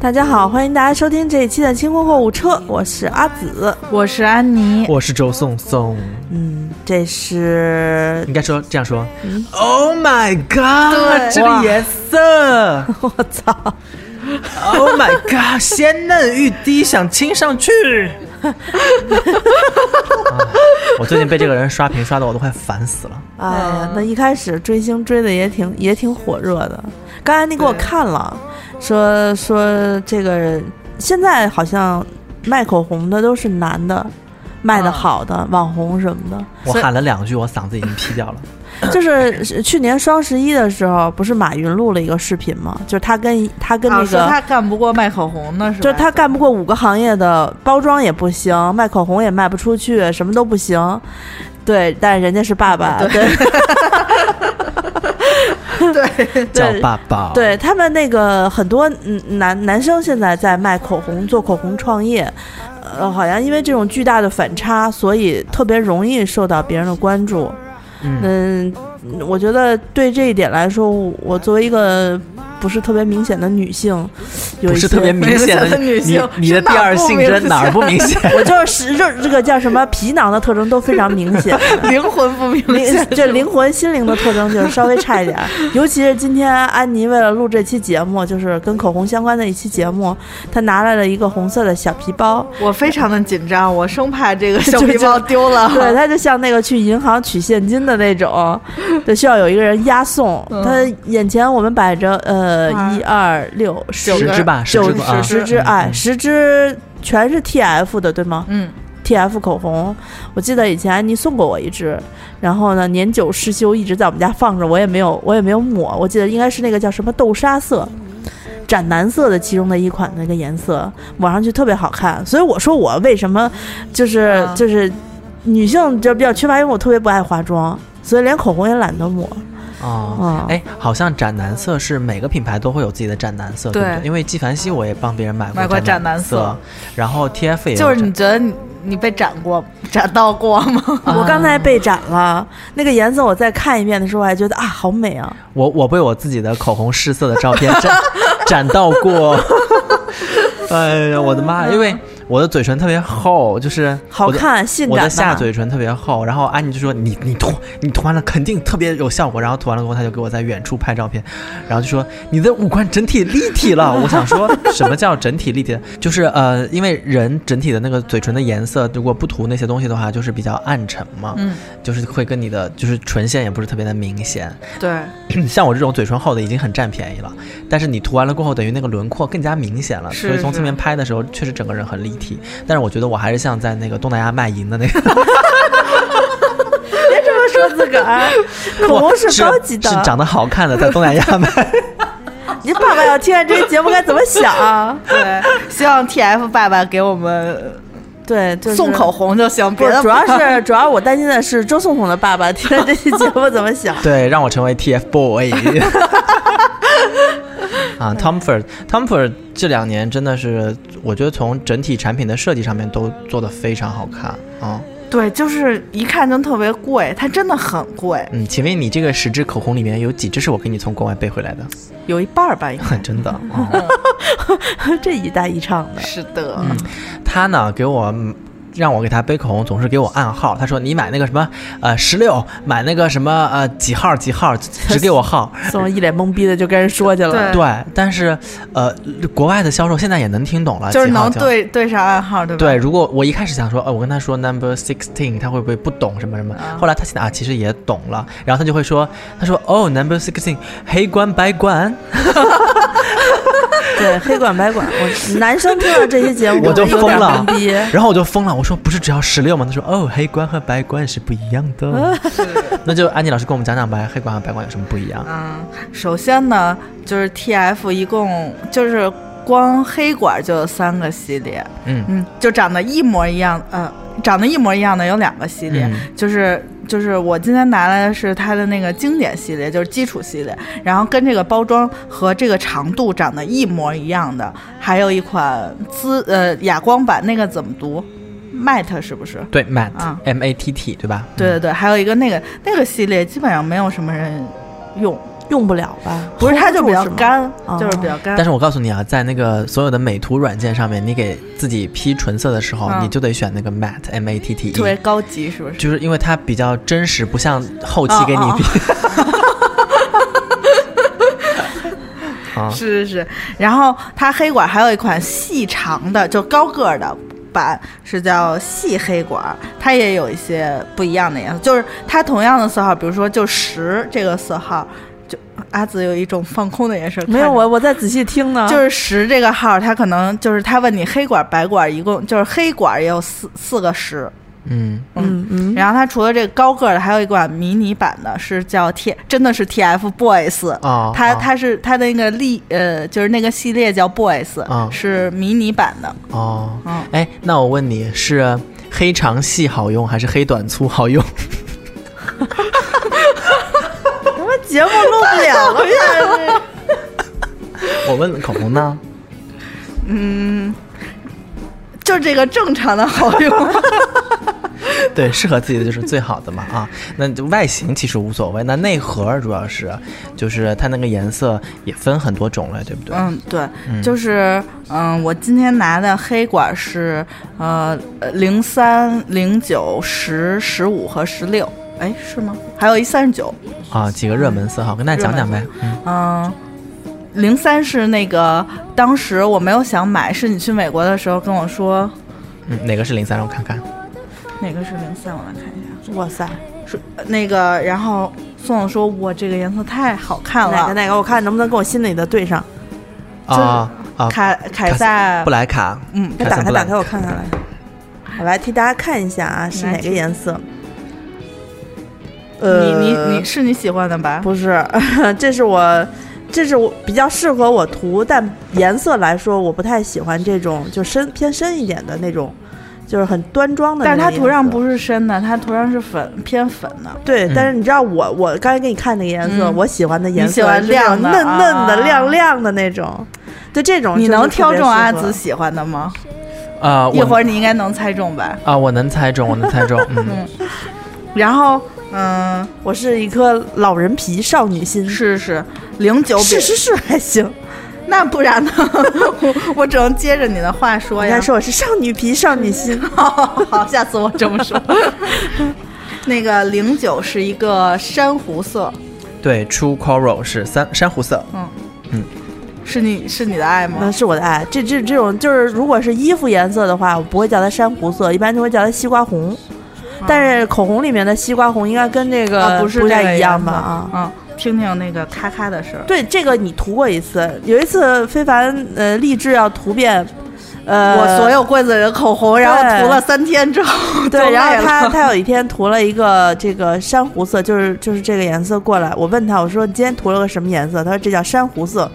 大家好，欢迎大家收听这一期的《清空购物车》，我是阿紫。我是安妮，我是周颂颂，嗯，这是应该说这样说。Oh 嗯 my god！这个颜色我操， ，Oh my god！鲜嫩欲滴，想亲上去。啊我最近被这个人刷屏刷的我都快烦死了。嗯哎呀，那一开始追星追的也挺也挺火热的。刚才你给我看了，说说这个现在好像卖口红的都是男的，卖的好嗯的、网红什么的。我所以喊了两句，我嗓子已经劈掉 了。就是是去年双十一的时候，不是马云录了一个视频吗？就是他跟他跟那啊说个、他干不过卖口红的是吧？就是他干不过五个行业的包装也不行，卖口红也卖不出去，什么都不行。对，但人家是爸爸，对 对，叫爸爸。，对，他们那个很多嗯男男生现在在卖口红，做口红创业，呃，好像因为这种巨大的反差，所以特别容易受到别人的关注。嗯，嗯，我觉得对这一点来说，我我作为一个不是特别明显的女性，有一不些是特别明显的明显的女性你你的是哪第二不性明征哪儿不明显？ 我就是这这个叫什么皮囊的特征都非常明显。 灵魂不明灵显，这灵魂心灵的特征就是稍微差一点儿，尤其是今天安妮为了录这期节目，就是跟口红相关的一期节目，她拿来了一个红色的小皮包， 我非常的紧张，我生怕这个 小就皮包丢了。对，她就像那个去银行取现金的那种，就需要有一个人押送。嗯她眼前我们摆着呃一二六十十只吧，十九只吧啊，十支，哎，十支全是 TF 的，对吗？嗯， TF 口红，我记得以前安妮送过我一支，然后呢年久失修，一直在我们家放着，我也没有我也没有抹，我记得应该是那个叫什么豆沙色。斩蓝色的其中的一款那个颜色，抹上去特别好看，所以我说我为什么就是、啊就是女性就比较缺乏，因为我特别不爱化妆，所以连口红也懒得抹。哦嗯，哎，好像斩男色是每个品牌都会有自己的斩男色，对不对对？因为纪凡希我也帮别人买买过斩斩男色色，然后 TF 哎也有就是斩你觉得你你被斩过、斩到过吗？ 我刚才被斩了，那个颜色我再看一遍的时候，我还觉得啊好美啊，我我被我自己的口红试色的照片 斩斩到 过，哎呀，我的妈！呀！因为我的嘴唇特别厚，就是好我的看性我感的吧下嘴唇特别厚，然后安妮就说你你涂你涂完了肯定特别有效果，然后涂完了之后她就给我在远处拍照片，然后就说你的五官整体立体了。我想说什么叫整体立体？就是呃，因为人整体的那个嘴唇的颜色，如果不涂那些东西的话，就是比较暗沉嘛，嗯，就是会跟你的就是唇线也不是特别的明显。 对，像我这种嘴唇厚的已经很占便宜了，但是你涂完了过后，等于那个轮廓更加明显了，是所以从是侧面拍的时候，确实整个人很立体。但是我觉得我还是像在那个东南亚卖淫的那个，别这么说自个 儿， 口红是高级的，是长得好看的，在东南亚 卖。。你爸爸要听见这期节目该怎么想啊？对，希望 TF 爸爸给我们对，就是送口。红就行，不别是的，主要是主要我担心的是周颂颂的爸爸听见这期节目怎么想对，让我成为 TF boy。啊，Tom 嗯 Ford，Tom Ford 这两年真的是，我觉得从整体产品的设计上面都做得非常好看啊。对，就是一看就特别贵，它真的很贵，嗯，请问你这个十支口红里面有几支是我给你从国外背回 来的？有一半儿吧，应真的。啊。哦这一搭一唱的该，嗯是的，他呢给我嗯让我给他背口红，总是给我暗号。他说你买那个什么呃十六，买那个什么呃几号几号，只给我号。宋一脸懵逼的就跟人说去了。对对，但是呃国外的销售现在也能听懂了，就是嗯几号能。几号对对上暗号，对吧？对，如果我一开始想说，呃，我跟他说 number sixteen，他会不会不懂什么什么？后来他现在啊，其实也懂了，然后他就会说，他说哦，number sixteen，黑管白管，对，黑管白管，我男生听了这期节目我就疯了有点懵逼。然后我就疯了，我说不是只要十六吗？他说哦，黑管和白管是不一样 的。那就安妮老师跟我们讲讲吧，黑管和白管有什么不一样？嗯，首先呢，就是 TF 一共就是光黑管就有三个系列，嗯嗯，就长得一模一样，呃，长得一模一样的有两个系列，嗯就是就是我今天拿来的是它的那个经典系列，就是基础系列，然后跟这个包装和这个长度长得一模一样的，还有一款资呃哑光版，那个怎么读？Matte 是不是？对，matt、啊 m a t t 对吧？对对对，还有一个那个那个系列基本上没有什么人用，用不了吧？不是，它就比较 hold 住吗，干，哦就是比较干。但是我告诉你啊，在那个所有的美图软件上面，你给自己 P 唇色的时候，嗯你就得选那个 matte m a t t 特别 e，高级，是不是？就是因为它比较真实，不像后期给你哦 P。啊，是是是。然后它黑管还有一款细长的，就高个儿的版，是叫细黑管，它也有一些不一样的颜色，就是它同样的色号，比如说就十这个色号，就阿紫有一种放空的眼神，没有看着我，我在仔细听呢。就是十这个号，它可能就是他问你黑管白管，一共就是黑管也有四四个十。嗯，嗯嗯，然后它除了这个高个儿的，还有一款迷你版的，是叫 T，真的是 TFBOYS。哦，它哦它是它的那个历呃，就是那个系列叫 Boys，、啊是迷你版的。哦嗯，哎，那我问你是黑长细好用还是黑短粗好用？ 节目录不了 了，我问口红呢？就这个正常的好用， 对，适合自己的就是最好的嘛啊。那就外形其实无所谓，那内核主要是就是它那个颜色也分很多种类，对不对？嗯，对，就是嗯、我今天拿的黑管是呃零三、零九、十、十五和十六，哎，是吗？还有一三十九，啊，几个热门色号跟大家讲讲呗。嗯嗯，零三是那个当时我没有想买，是你去美国的时候跟我说嗯，哪个是零三？让我看看。哪个是零三，我来看一下，哇塞，是呃那个，然后宋总说我这个颜色太好看哪个了，哪个？我看能不能跟我心里的对上？啊啊，凯凯撒布莱卡。嗯，那凯打撒开布打莱开，我看看来。我来替大家看一下啊，是哪个颜色？你呃，你你是你喜欢的吧？不是， 这是我，这是我比较适合我涂，但颜色来说，我不太喜欢这种就深偏深一点的那种，就是很端庄的那但种是它颜色。哦涂上不是深的，它涂上是粉偏粉的，对，但是你知道我我刚才给你看那个颜色，嗯我喜欢的颜色你喜欢是那种亮的嫩嫩的、啊亮亮的那种，就这种你就是特能别哦挑适中合阿紫喜欢的吗？啊，一会我儿你应该能猜中吧。啊，我能猜中，我能猜 中。嗯，然后嗯，我是一颗老人皮少女心，是是零九比是是是还行。那不然呢？ 我我只能接着你的话说应呀该。说我是少女皮少女心，啊好， 好，下次我这么说。 那个零九是一个珊瑚色，对，True Coral 是三珊瑚色。是你是你的爱那吗？嗯是我的爱。这这这种就是，如果是衣服颜色的话，我不会叫它珊瑚色，一般就会叫它西瓜红。但是口红里面的西瓜红应该跟这个啊，不是这太个一样吧？子啊，嗯，听听那个咔咔的声儿。对，这个你涂过一次，有一次非凡呃立志要涂遍，呃，我所有柜子里的口红，然后涂了三天之 后，对，然后他它他有一天涂了一个这个珊瑚色，就是就是这个颜色过来。我问他，我说你今天涂了个什么颜色？他说这叫珊瑚色。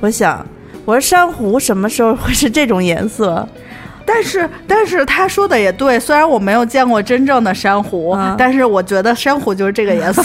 我想，我说珊瑚什么时候会是这种颜色？ 但是但是他说的也对，虽然我没有见过真正的珊瑚，嗯但是我觉得珊瑚就是这个颜色，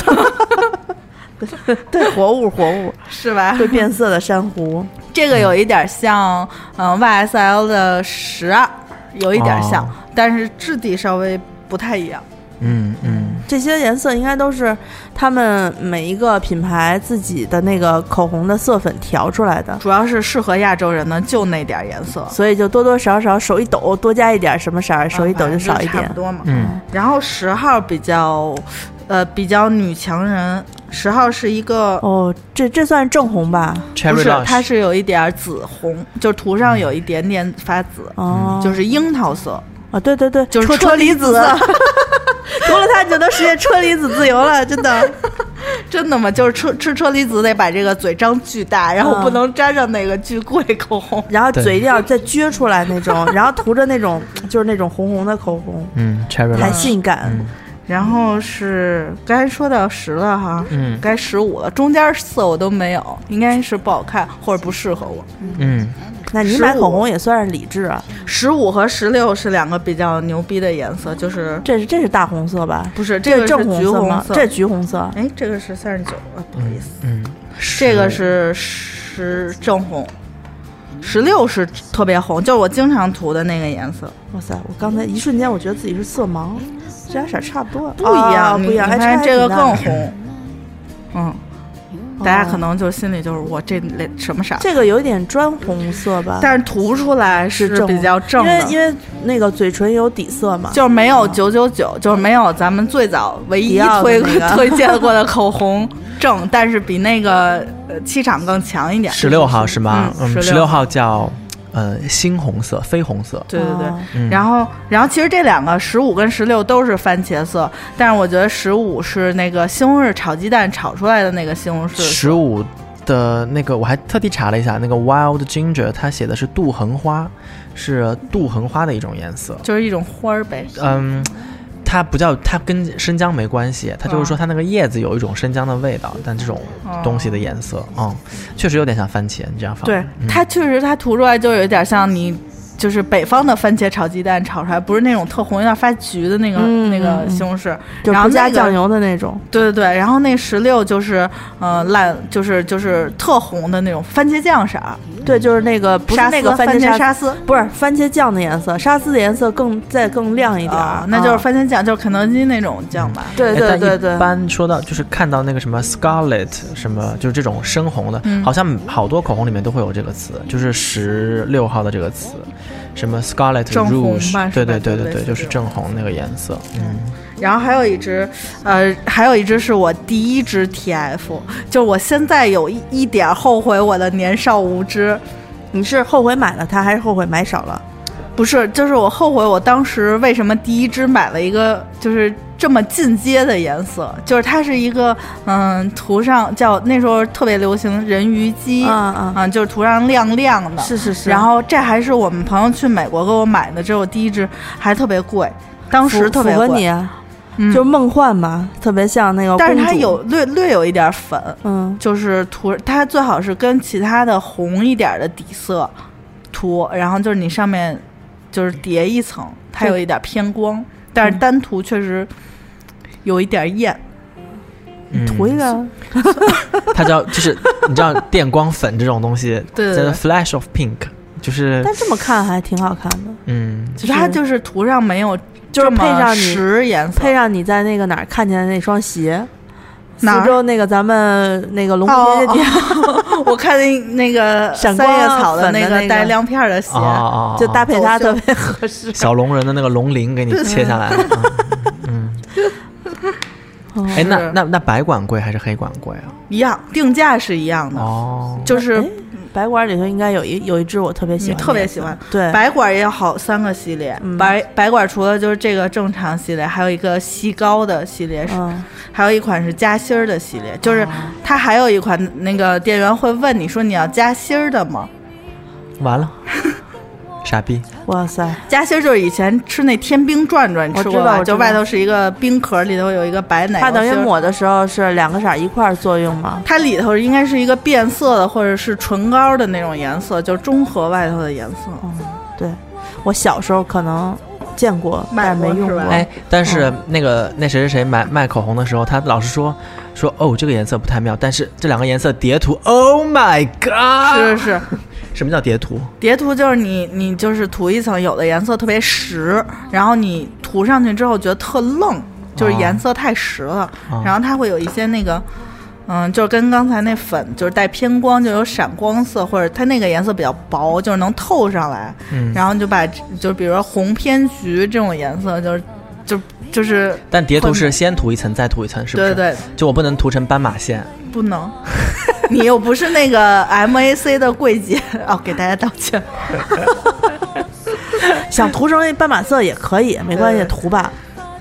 对，活物活物 是吧？会变色的珊瑚。这个有一点像，嗯、y s l 的十二，有一点像，哦但是质地稍微不太一样。嗯嗯这些颜色应该都是他们每一个品牌自己的那个口红的色粉调出来的，主要是适合亚洲人的就那点颜色，所以就多多少少手一抖多加一点什么色儿，手一抖就少一啊反正点差不。多嘛。嗯然后十号比较，呃，比较女强人。十号是一个，哦，这这算是正红吧？不嗯，Cherry 是，它 Lush。是有一点紫红，就涂上有一点点发紫，哦，嗯就是樱桃色，啊，对对对，就是车车厘子，涂了它就能实现车厘子自由 了，真的。 真的吗？就是吃吃车厘子得把这个嘴张巨大，然后嗯不能沾上那个巨贵口红。然后对嘴一定要再撅出来那种，然后涂着那种就是那种红红的口红，嗯，Cherry 才 Lush。性感。嗯然后是刚才说到十了哈，嗯该十五了，中间色我都没有，应该是不好看或者不适合我。嗯那你15买口红也算是理智啊，十五和十六是两个比较牛逼的颜色，就是这是这是大红色吧？不是这个是正是橘色红吗？这是橘红色。哎，这个是三十九，呃不好意思，嗯，这个是十正红，十六是特别红，就是我经常涂的那个颜色，哇塞！我刚才一瞬间我觉得自己是色盲，这俩色儿差不多，不一样，哦啊你不一样，你还发差现这个挺大的更红，嗯，大家可哦能就心里就是我这类什么色儿，这个有一点砖红色吧，但是涂出来是正比较正因为的，因为那个嘴唇有底色嘛，就是没有九九九，就是没有咱们最早唯一迪奥的推那个 推荐过的口红正，但是比那个呃气场更强一点。十六号是吗？嗯嗯， 16十六号叫呃猩红色、绯红色。对对对。哦嗯然后，然后其实这两个十五跟十六都是番茄色，但是我觉得十五是那个西红柿炒鸡蛋炒出来的那个西红柿色，十五的那个，我还特地查了一下，那个 Wild Ginger 它写的是杜衡花，是杜衡花的一种颜色。就是一种花儿呗。嗯，它不叫它跟生姜没关系，它就是说它那个叶子有一种生姜的味道，但这种东西的颜色，嗯，确实有点像番茄。你这样放，对，嗯它确实它涂出来就有点像你。就是北方的番茄炒鸡蛋炒出来，不是那种特红，有点发橘的那个、嗯那嗯个嗯西红柿。就然后不加那个酱油的那种，对对对，然后那十六就是，呃，烂就是就是特红的那种番茄酱色儿，对，就是那个不是沙那司个番番沙沙司不是番茄酱的颜色，沙司的颜色更再更亮一点儿、啊，那就是啊番茄酱，就是肯德基那种酱吧。对哎对对但对一，般说到就是看到那个什么 scarlet 什么，就是这种深红的，嗯好像好多口红里面都会有这个词，就是十六号的这个词，什么 scarlet 正红吧 rouge，是吧对对对就对类似对，就是这种正红那个颜色。嗯，然后还有一支，呃，还有一支是我第一支 TF，就我现在有一一点儿后悔我的年少无知，你是后悔买了它，还是后悔买少了？不是，就是我后悔我当时为什么第一支买了一个就是这么进阶的颜色，就是它是一个嗯，涂上叫那时候特别流行人鱼肌，嗯嗯，嗯，就是涂上亮亮的。是是是。然后这还是我们朋友去美国给我买的，这是我第一支，还特别贵，当时符特别符合贵，你啊，嗯就是梦幻嘛，特别像那个公但主。是它有略略有一点粉，嗯，就是涂它最好是跟其他的红一点的底色涂，然后就是你上面就是叠一层，它有一点偏光，但嗯是单涂确实有一点艳。嗯涂一个 它叫就是你知道电光粉这种东西，对对叫做对 flash of pink，就是但这么看还挺好看的，嗯，其实它就是涂上没有就是这么配上你实颜色，配上你在那个哪儿看见的那双鞋，苏哪儿 州那个咱们那个龙哦湖街街店，我看那那个闪三光叶草的粉的那那个个带亮片儿的鞋哦，哦，哦就搭配它走特秀别合适。小龙人的那个龙鳞给你切下来了。嗯，嗯哎，那那那白管贵还是黑管贵啊？一样，定价是一样的，哦，就是哎 白管里头应该有一有一只我特别喜欢嗯你的，特别喜欢对，白管也有好三个系列，嗯白白管除了就是这个正常系列，还有一个西高的系列，是，嗯，哦还有一款是夹心儿的系列，就是它还有一款那个店员会问你说你要夹心儿的吗？完了， 傻逼。哇塞，夹心儿就是以前吃那天冰转转你吃过我知道吧？我知就道外头是一个冰壳，里头有一个白奶油它等于心儿抹的时候是两个色儿一块儿作用嘛？它里头应该是一个变色的，或者是唇膏的那种颜色，就是中和外头的颜色。嗯，对，我小时候可能见过，买但是没过用是过吧。哎，但是那个那谁谁谁买卖口红的时候，他老是说说哦，这个颜色不太妙，但是这两个颜色叠涂，Oh my 是啊 god！是是，什么叫叠涂？叠涂就是你你就是涂一层，有的颜色特别实，然后你涂上去之后觉得特愣，就是哦颜色太实了，哦然后它会有一些那个。嗯，就是跟刚才那粉，就是带偏光，就有闪光色，或者它那个颜色比较薄，就是能透上来。嗯然后你就把，就比如说红偏橘这种颜色，就是，就就是，但叠涂是先涂一层再涂一层，是不对是？对，就我不能涂成斑马线。不能， 你又不是那个 MAC 的柜姐 哦，给大家道歉。想涂成斑马色也可以，没关系，对涂吧，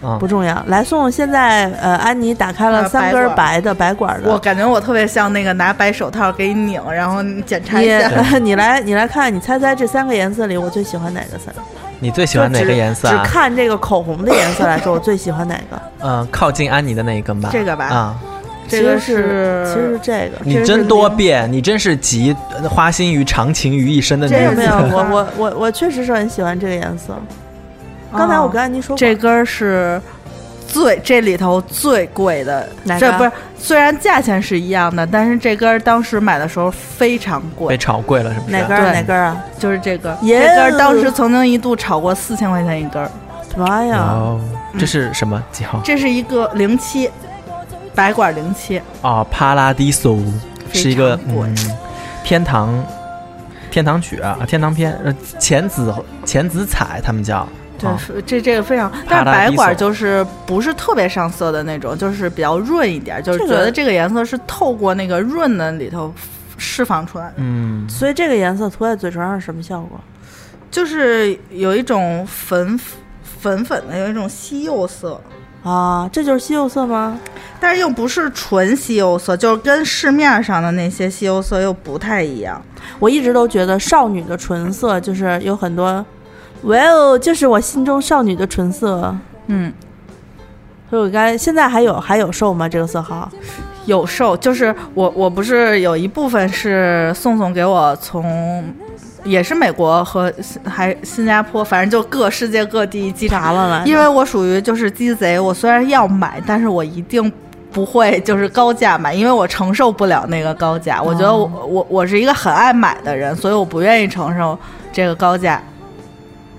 嗯不，重要。来送，现在呃，安妮打开了呃三白根管白的白管我的，感觉我特别像那个拿白手套给你拧，然后你检查一你下。哎你来你来看，你猜猜这三个颜色里我最喜欢哪个色？你最喜欢哪个颜色只啊？看这个口红的颜色来说，我最喜欢哪个？嗯，靠近安妮的那一根吧。这个吧啊， 这个其实是其实是这个。你真多变，你真是集呃花心于长情于一身的女没有这没子 有，个我我我我确实是很喜欢这个颜色。刚才我跟安妮说过，哦这根儿是最这里头最贵的哪，个这不是虽然价钱是一样的，但是这根儿当时买的时候非常 被贵，炒贵了，是不是？哪根儿对哪根儿啊？就是这根儿，这耶根儿当时曾经一度炒过四千块钱一根儿。妈呀！哦，这是什么几号？这是一个零七，白管零七，哦，帕拉迪索。啊是一个非常贵嗯天堂天堂曲啊，天堂篇，呃，浅紫浅紫彩他们叫，对，啊是这这个非常，但是帕拉白迪管索就是不是特别上色的那种，就是比较润一点，就是这觉个得这个颜色是透过那个润的里头释放出来的，嗯，所以这个颜色涂在嘴唇上是什么效果？就是有一种粉粉粉的，有一种西柚色，啊，这就是西柚色吗？但是又不是纯西柚色，就是跟市面上的那些西柚色又不太一样。我一直都觉得少女的唇色就是有很多，哇哦，就是我心中少女的唇色。嗯，所以我该现在还有还有售吗？这个色号？有售，就是我我不是有一部分是宋宋给我从。也是美国和新还新加坡，反正就各世界各地机场查了来着，因为我属于就是鸡贼，我虽然要买，但是我一定不会就是高价买，因为我承受不了那个高价。我觉得我、我我是一个很爱买的人，所以我不愿意承受这个高价。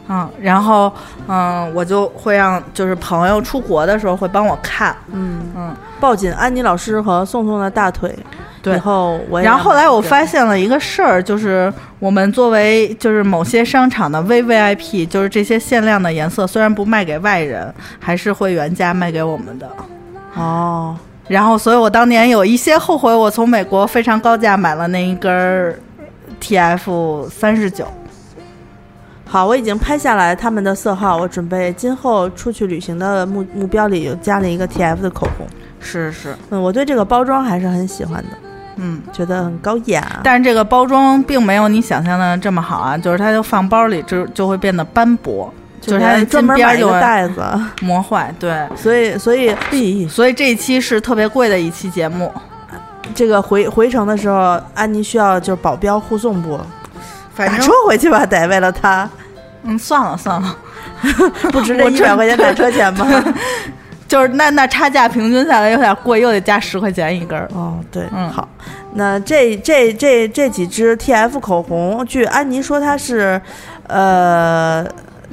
嗯，然后嗯，我就会让就是朋友出国的时候会帮我看，嗯，嗯，抱紧安妮老师和宋宋的大腿。对以后我也然后后来我对发现了一个事儿，就是我们作为就是某些商场的 VVIP，就是这些限量的颜色，虽然不卖给外人，还是会原价卖给我们的。哦，然后，所以我当年有一些后悔，我从美国非常高价买了那一根儿 TF 三十九。好，我已经拍下来他们的色号，我准备今后出去旅行的目目标里有加了一个 TF 的口红。是是，嗯，我对这个包装还是很喜欢的，嗯，觉得很高雅。但是这个包装并没有你想象的这么好啊，就是它就放包里就就会变得斑驳，就是它的专金门边买儿一就个会袋子， 磨坏。对，所以所以咦所以这一期是特别贵的一期节目，这个回回程的时候，安妮需要就是保镖护送部，反打正车回去吧，得为了 他，嗯，算了算了， 不值这我一这百块钱打车钱吗？ 就是那那差价平均下来有点贵，又得加十块钱一根儿。哦，对，嗯好，那这这这这几支 TF 口红，据安妮说，她是呃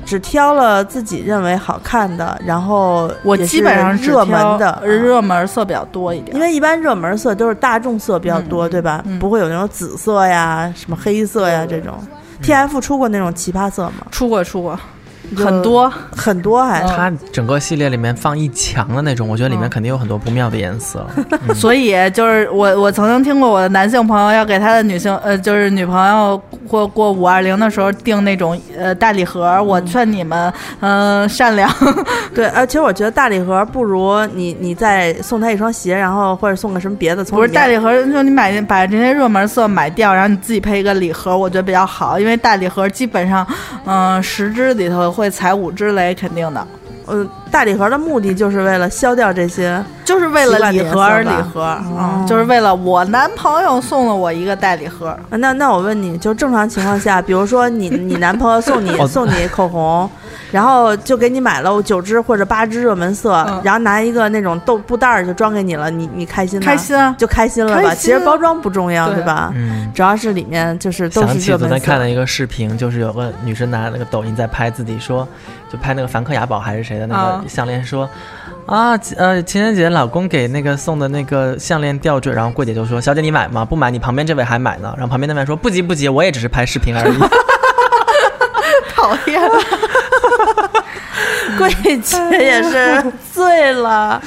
只挑了自己认为好看的，然后我也基本是上只热门挑的，啊热门色比较多一点，因为一般热门色都是大众色比较多，对吧？嗯不会有那种紫色呀、什么黑色呀这种。TF 出过那种奇葩色吗？出过出过就很多，很多还、嗯它整个系列里面放一墙的那种，我觉得里面肯定有很多不妙的颜色。所以就是我我曾经听过我的男性朋友要给他的女性呃就是女朋友过过五二零的时候订那种呃大礼盒，我劝你们嗯、呃善良，对，而且我觉得大礼盒不如你你再送他一双鞋，然后或者送个什么别的，从不是里面大礼盒，就你买把这些热门色买掉，然后你自己配一个礼盒，我觉得比较好，因为大礼盒基本上嗯、呃十只里头会踩五只雷，肯定的，嗯，大礼盒的目的就是为了消掉这些。就是为习了惯礼颜盒色哦而礼吧盒，嗯，就是为了我男朋友送了我一个大礼盒，啊那那我问你，就正常情况下，比如说你你男朋友送你哦送你口红，然后就给你买了九支或者八支热门色，嗯然后拿一个那种豆布袋儿就装给你了，你你开心吗？开心啊。就开心了吧？开心啊其实包装不重要，对对吧？嗯，主要是里面就是都想是起热昨门天看色。了一个视频，就是有个女生拿那个抖音在拍自己说，就拍那个梵克雅宝还是谁的那啊个项链说。啊，呃，情人节老公给那个送的那个项链吊坠，然后柜姐就说：“小姐你买吗？不买，你旁边这位还买呢。”然后旁边那位说：“不急不急，我也只是拍视频而 已。讨厌，柜姐也是醉了，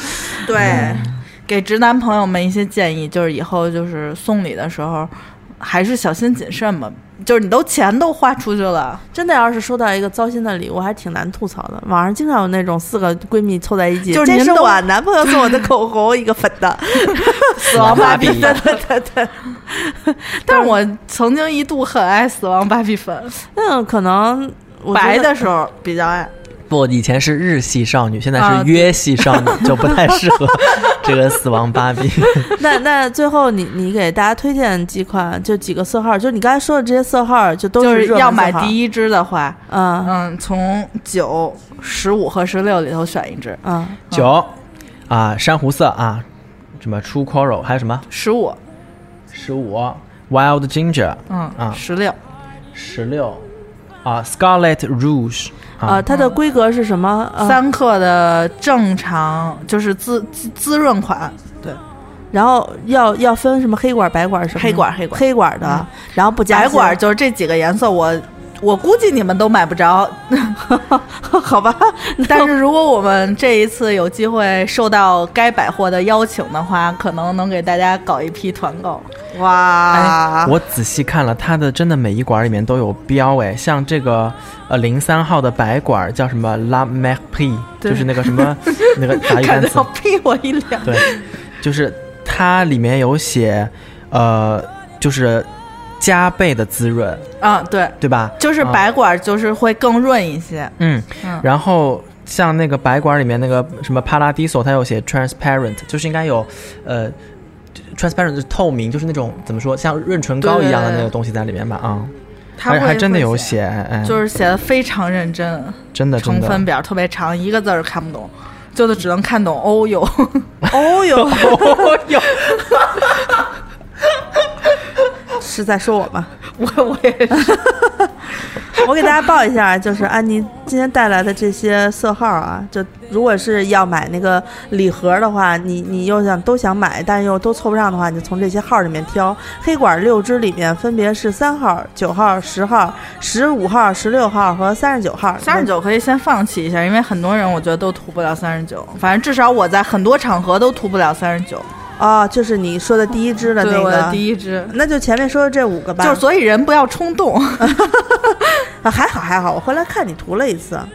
对，嗯给直男朋友们一些建议，就是以后就是送礼的时候，还是小心谨慎吧。就是你都钱都花出去了，真的，要是收到一个糟心的礼物，还挺难吐槽的。网上经常有那种四个闺蜜凑在一起，就是这您是都我男朋友送我的口红，一个粉 的，死亡芭比比粉。 对对对，但是我曾经一度很爱死亡芭比粉，嗯，可能我觉白得的时候比较爱。”不，以前是日系少女，现在啊是约系少女，就不太适 合这个死亡芭比。 那那最后你你给大家推荐几款，就几个色号，就你刚才说的这些色号，就都就是热门要买色号第一支的话，嗯嗯，从九、十五和十六里头选一支。嗯，九啊，珊瑚色啊，什么 True Coral，还有什么十五，十五 Wild Ginger，嗯，啊十六，十六啊 Scarlet Rouge 呃，啊，它的规格是什嗯么？呃三克的正常就是滋滋滋润款，对，然后要要分什么黑管、白管什么的黑管黑管黑管的，嗯然后不加白线管就是这几个颜色我。我估计你们都买不 着， 好 吧？但是如果我们这一次有机会受到该百货的邀请的话，可能能给大家搞一批团购。哎哇！我仔细看了，它的真的每一管里面都有标哎，像这个呃零三号的白管叫什么 La m a c p 对就是那个什么那个法语单感觉词要，劈我一脸。对，就是它里面有写呃就是加倍的滋润，嗯，对，对吧？就是嗯白管就是会更润一些。嗯嗯，然后像那个白管里面那个什么帕拉迪索，它有写 transparent，就是应该有呃 transparent 就是透明，就是那种怎么说像润唇膏一样的对对对那个东西在里面吧啊，它还会还真的有会，写，哎，哎就是写的非常认真，真的真成的分，表特别长，一个字儿看不懂，就是只能看懂哦哟。 哦哟， 哦哟，是在说我吗？我我也是， 我给大家报一下，啊就是安妮今天带来的这些色号啊，就如果是要买那个礼盒的话，你你又想都想买，但又都凑不上的话，你就从这些号里面挑。黑管六支里面分别是三号、九号、十号、十五号、十六号和三十九号。三十九可以先放弃一下，因为很多人我觉得都涂不了三十九，反正至少我在很多场合都涂不了三十九。哦，就是你说的第一支的对，那我的个。第一支。那就前面说的这五个吧，就是所以人不要冲动， 啊，还好还好，我回来看你涂了一次啊。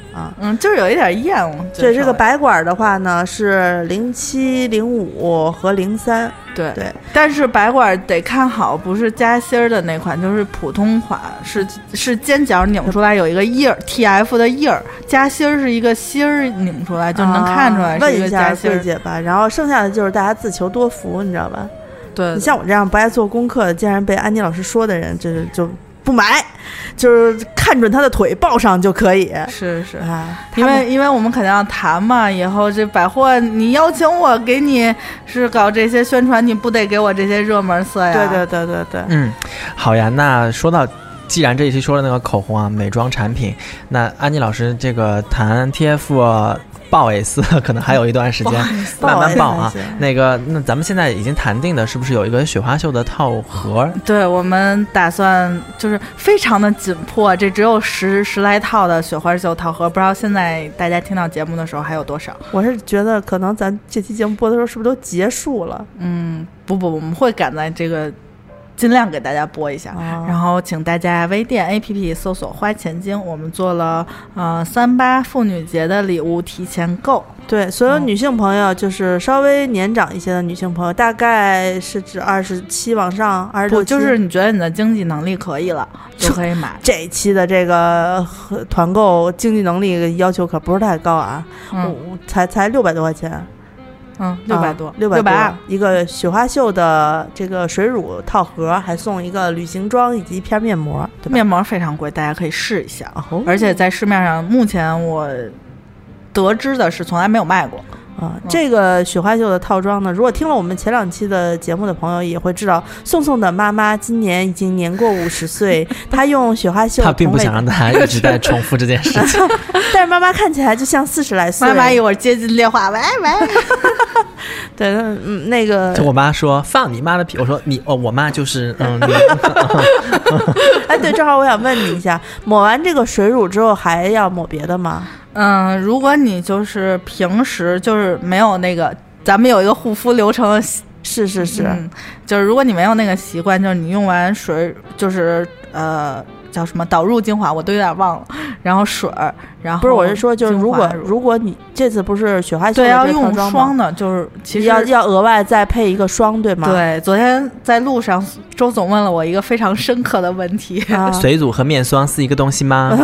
嗯，就是有一点厌恶。对就是这个白管的话呢，是零七、零五和零三，对对，但是白管得看好，不是夹心儿的那款，就是普通款，是是尖角拧出来有一个印儿，T F 的印儿，夹心儿是一个芯儿拧出来，就能看出来啊是问一个一夹下心柜儿。姐吧，然后剩下的就是大家自求多福，你知道吧？对你，像我这样不爱做功课，竟然被安妮老师说的人，就是就不买，就是看准他的腿抱上就可 以。是是。啊，他因们为因为我们肯定要谈嘛，以后这百货你邀请我给你是搞这些宣传，你不得给我这些热门色呀？对对对对 对，嗯，好呀，那说到。既然这一期说了那个口红啊，美妆产品，那安妮老师这个谈 TF 呃爆 S 可能还有一段时间，慢慢抱爆啊。那个，那咱们现在已经谈定的，是不是有一个雪花秀的套盒？对我们打算就是非常的紧迫，这只有十十来套的雪花秀套盒，不知道现在大家听到节目的时候还有多少？我是觉得可能咱这期节目播的时候是不是都结束了？嗯，不不，我们会赶在这个尽量给大家播一下。然哦然后，请大家微店 APP 搜索“花钱精”，我们做了呃三八妇女节的礼物提前购，对，所有嗯女性朋友，就是稍微年长一些的女性朋友，大概是指二十七往上，二十不六，就是你觉得你的经济能力可以了就可以 买。这一期的这个和团购经济能力要求可不是太高啊，嗯我才才六百多块钱，啊嗯，六百多，六百百二，一个雪花秀的这个水乳套盒，还送一个旅行装以及一片面膜，对吧？面膜非常贵，大家可以试一下。哦而且在市面上，目前我得知的是从来没有卖过。啊嗯，这个雪花秀的套装呢，如果听了我们前两期的节目的朋友也会知道，宋宋的妈妈今年已经年过五十岁， 她用雪花秀他并同不类想，让大 家一直在重复这件事情。但是妈妈看起来就像四十来岁。妈妈一会儿接进电话，喂 喂，对，嗯，那个就我妈说放你妈的屁，我说你哦，我妈就是 嗯，你，哎，对，正好我想问你一下，抹完这个水乳之后还要抹别的吗？嗯，如果你就是平时就是没有那个，咱们有一个护肤流程的习，是是是，嗯就是如果你没有那个习惯，就是你用完水，就是呃叫什么导入精华，我都有点忘了，然后水儿，然后不是，我是说，就是精如华果乳如果你这次不是雪花秀对的要这个用套装吗霜，的，就是其实要要额外再配一个霜，对吗？对，昨天在路上，周总问了我一个非常深刻的问题。啊 水乳和面霜是一个东西吗？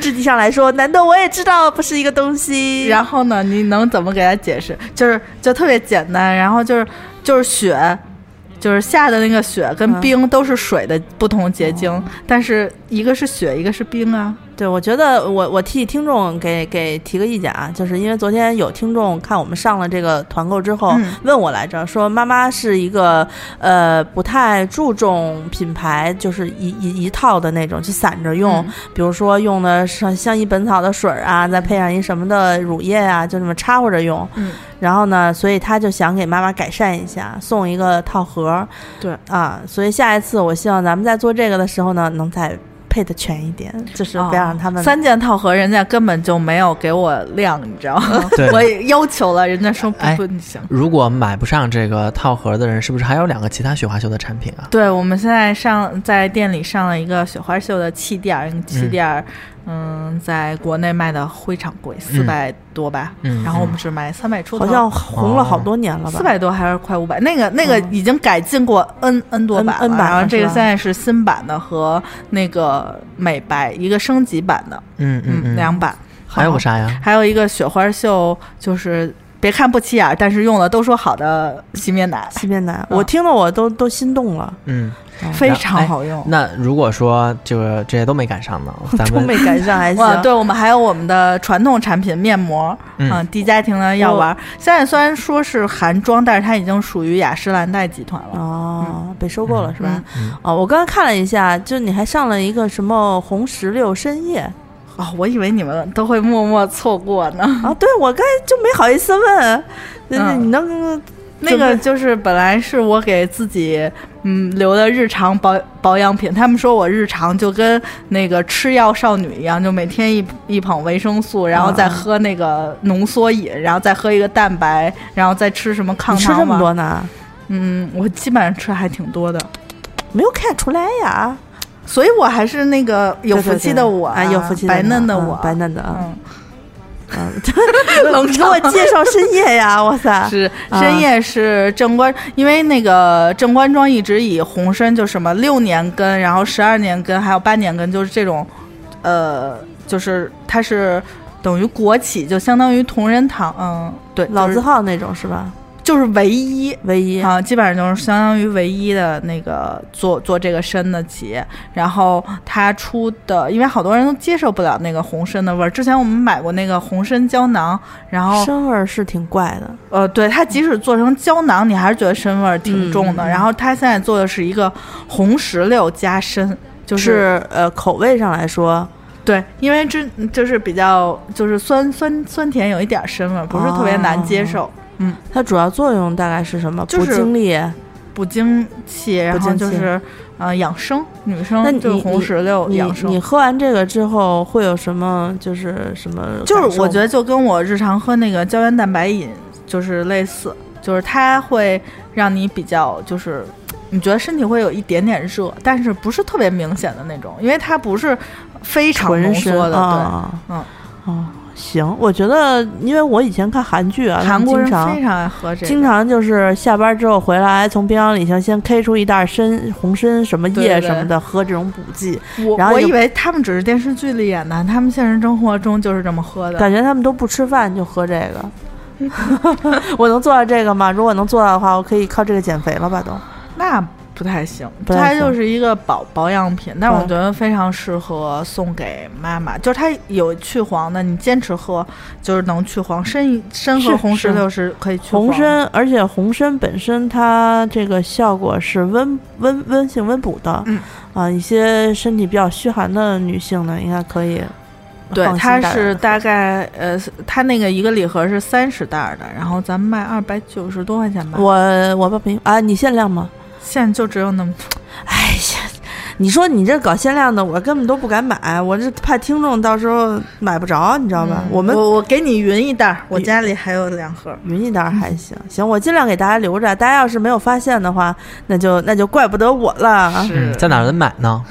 质地上来说，难道我也知道不是一个东西？然后呢，你能怎么给他解释？就是就特别简单，然后就是就是雪，就是下的那个雪跟嗯哦冰都是水的不同结晶，但是一个是雪，一个是冰啊。对，我觉得我我替听众给给提个意见啊，就是因为昨天有听众看我们上了这个团购之后，嗯问我来着，说妈妈是一个呃不太注重品牌，就是一一一套的那种，就散着用，嗯比如说用的像像一本草的水儿啊，再配上一什么的乳液啊，就这么掺和着用。嗯，然后呢，所以他就想给妈妈改善一下，送一个套盒儿。对啊，所以下一次我希望咱们在做这个的时候呢，能再配的全一点，就是不要让他们、哦三件套盒，人家根本就没有给我量，你知道吗？嗯对 我也要求了，人家说不哎不你行。如果买不上这个套盒的人，是不是还有两个其他雪花秀的产品啊？对，我们现在上在店里上了一个雪花秀的气垫儿，那个气垫儿，嗯在国内卖的非常贵，四百多吧。嗯然后我们是买三百出头，好像红了哦好多年了吧？四百多还是快五百。那个那个已经改进过 N 嗯 N 多版 N- N 版了然后这个是吧现在是新版的和那个美白一个升级版的，嗯嗯嗯，两版。还有好啥呀？还有一个雪花秀，就是别看不起眼儿，但是用了都说好的洗面奶，洗面奶，我听得我都都心动了，嗯，非常好用。那如果说就是这些都没赶上呢，咱都没们赶上还哇，行。对我们还有我们的传统产品面膜，嗯低家庭的药丸。现在虽然说是韩妆，但是它已经属于雅诗兰黛集团了，哦，被收购了是吧？嗯哦，我刚刚看了一下，就你还上了一个什么红石榴深夜哦，我以为你们都会默默错过呢。啊？对，我刚才就没好意思问，那嗯你能那个就是本来是我给自己嗯留的日常保保养品，他们说我日常就跟那个吃药少女一样，就每天一一捧维生素，然后啊再喝那个浓缩饮，然后再喝一个蛋白，然后再吃什么抗你吃这糖么丸。多呢？嗯，我基本上吃还挺多的。没有看出来呀，所以我还是那个有福气的我，啊，有福气的白嫩的嗯我，白嫩的啊，嗯， 嗯，冷你给我介绍深夜呀，哇 塞，是啊深夜是正官，因为那个正官庄一直以红参就什么六年根，然后十二年根，还有八年根，就是这种，呃，就是它是等于国企，就相当于同仁堂，嗯，对，老字就是号那种是吧？就是唯一。唯一啊，基本上就是相当于唯一的那个做做这个参的企业，然后它出的，因为好多人都接受不了那个红参的味儿。之前我们买过那个红参胶囊，然后生味儿是挺怪的，呃，对它即使做成胶囊，你还是觉得参味儿挺重的。嗯嗯然后它现在做的是一个红石榴加参，就就是是呃口味上来说，对，因为之就是比较就是酸酸酸甜有一点儿参味儿，不是特别难哦接受。它主要作用大概是什么？就是补精力。补精气，然后精就气是呃养生，女生那你就是红石榴你养生。你喝完这个之后会有什么？就是什么？就是我觉，得就跟我日常喝那个胶原蛋白饮就是类似，就是它会让你比较就是。你觉得身体会有一点点热，但是不是特别明显的那种，因为它不是非常浓浑身缩的。啊，对嗯哦，行，我觉得，因为我以前看韩剧啊，对，他韩们国人经常非常爱喝这个，经常就是下班之后回来，从冰箱里头先 K 出一袋参、红参什么对对叶什么的，喝这种补剂，我然后我就以为他们只是电视剧里演的，他们现实生活中就是这么喝的。感觉他们都不吃饭就喝这个。 我能做到这个吗？如果能做到的话，我可以靠这个减肥了吧？都那不太行，不太它行嗯就是一个保保养品，但是我对觉得非常适合送给妈妈，就是它有去黄的，你坚持喝就是能去黄，参参和是红石是榴是可以去黄红的。参，而且红参本身它这个效果是温温温性温补的，嗯啊，一些身体比较虚寒的女性呢，应该可以对放，心它带来是喝大概呃，它那个一个礼盒是三十袋儿的，然后咱们卖二百九十多块钱吧，我我不平啊，你限量吗？现在就只有那么多。哎呀，你说你这搞限量的，我根本都不敢买，我这怕听众到时候买不着，你知道吧？我们嗯我我给你匀一袋儿，我家里还有两盒。匀一点儿还行，行，我尽量给大家留着。大家要是没有发现的话，那就那就怪不得我了。嗯，在哪儿能买呢？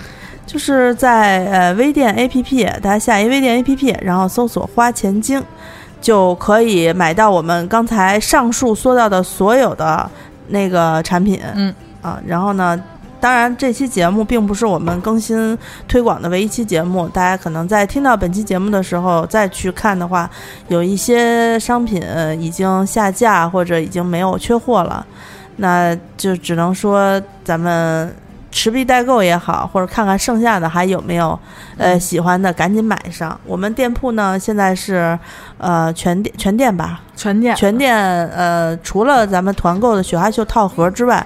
就是在呃微店 APP，大家下一微店 APP，然后搜索“花钱精”，就可以买到我们刚才上述说到的所有的那个产品。嗯啊，然后呢，当然这期节目并不是我们更新推广的唯一期节目，大家可能在听到本期节目的时候再去看的话，有一些商品呃已经下架或者已经没有缺货了，那就只能说咱们持币代购也好，或者看看剩下的还有没有呃喜欢的，赶紧买上。我们店铺呢现在是呃全店全店吧，全店全店呃除了咱们团购的雪花秀套盒之外，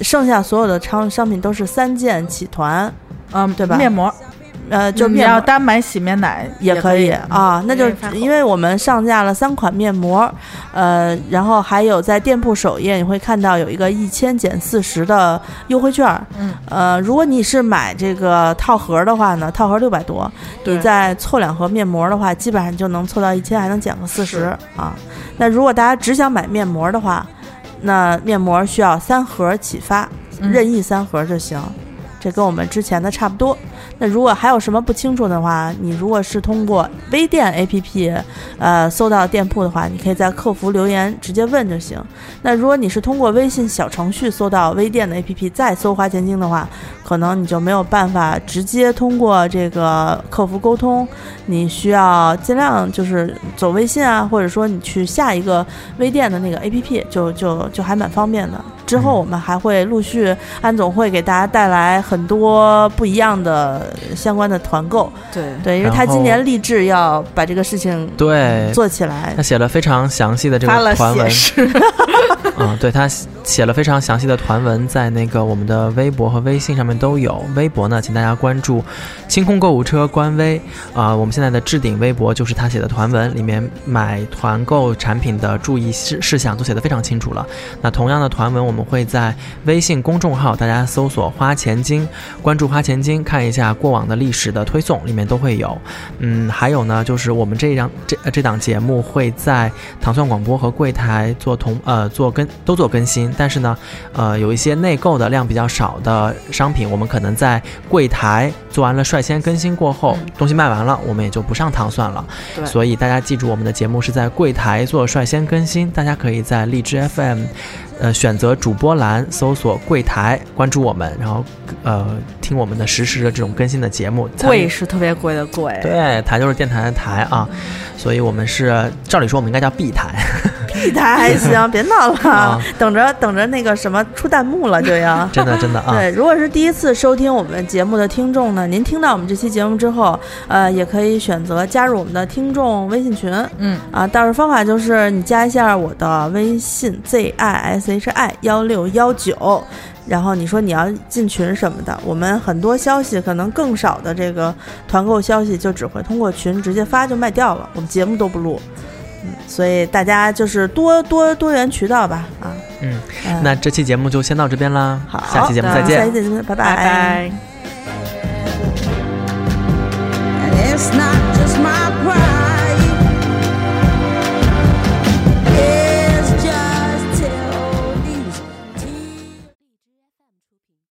剩下所有的商商品都是三件起团，嗯对吧面膜嗯呃就你面膜要单买洗面奶也可可以嗯啊，那就发口因为我们上架了三款面膜，呃，然后还有在店铺首页你会看到有一个一千减四十的优惠券，嗯，呃，如果你是买这个套盒的话呢，套盒六百多，对你再凑两盒面膜的话，基本上就能凑到一千，还能减个四十是啊。那如果大家只想买面膜的话，那面膜需要三盒起发，嗯任意三盒就行。这跟我们之前的差不多。那如果还有什么不清楚的话，你如果是通过微店 APP，呃，搜到店铺的话，你可以在客服留言直接问就行。那如果你是通过微信小程序搜到微店的 APP，再搜花钱精的话，可能你就没有办法直接通过这个客服沟通，你需要尽量就是走微信啊，或者说你去下一个微店的那个 APP，就就就还蛮方便的。之后嗯我们还会陆续，安总会给大家带来很多不一样的相关的团购，对对，因为然他今后年立志要把这个事情对，做起来他，写了非常详细的这发了个团写文，诗，嗯，对他写了非常详细的团文，在那个我们的微博和微信上面都有。微博呢，请大家关注“星空购物车”官微啊、我们现在的置顶微博就是他写的团文，里面买团购产品的注意事事项都写得非常清楚了。那同样的团文，我们会在微信公众号，大家搜索“花钱精”，关注“花钱精”，看一下过往的历史的推送，里面都会有。嗯，还有呢，就是我们这一档这呃这档节目会在糖蒜广播和柜台做同呃做更都做更新，但是呢，呃，有一些内购的量比较少的商品，我们可能在柜台做完了率先更新过后，东西卖完了，我们也就不上糖蒜了。对所以大家记住，我们的节目是在柜台做率先更新，大家可以在荔枝 FM。呃，选择主播栏，搜索柜台，关注我们，然后呃，听我们的实时的这种更新的节目。参与贵是特别贵的贵，对，台就是电台的台啊，所以我们是照理说我们应该叫 B 台，一台还 行，别闹了啊，。等着等着那个什么出弹幕了就要真的真的啊，对，如果是第一次收听我们节目的听众呢，您听到我们这期节目之后，呃，也可以选择加入我们的听众微信群嗯，啊。到时候方法就是你加一下我的微信 z i s h i 幺六幺九，然后你说你要进群什么的，我们很多消息可能更少的这个团购消息就只会通过群直接发就卖掉了，我们节目都不录。嗯，所以大家就是多多多元渠道吧啊。嗯嗯那这期节目就先到这边啦，好下期节目再的见下期。节目拜拜拜。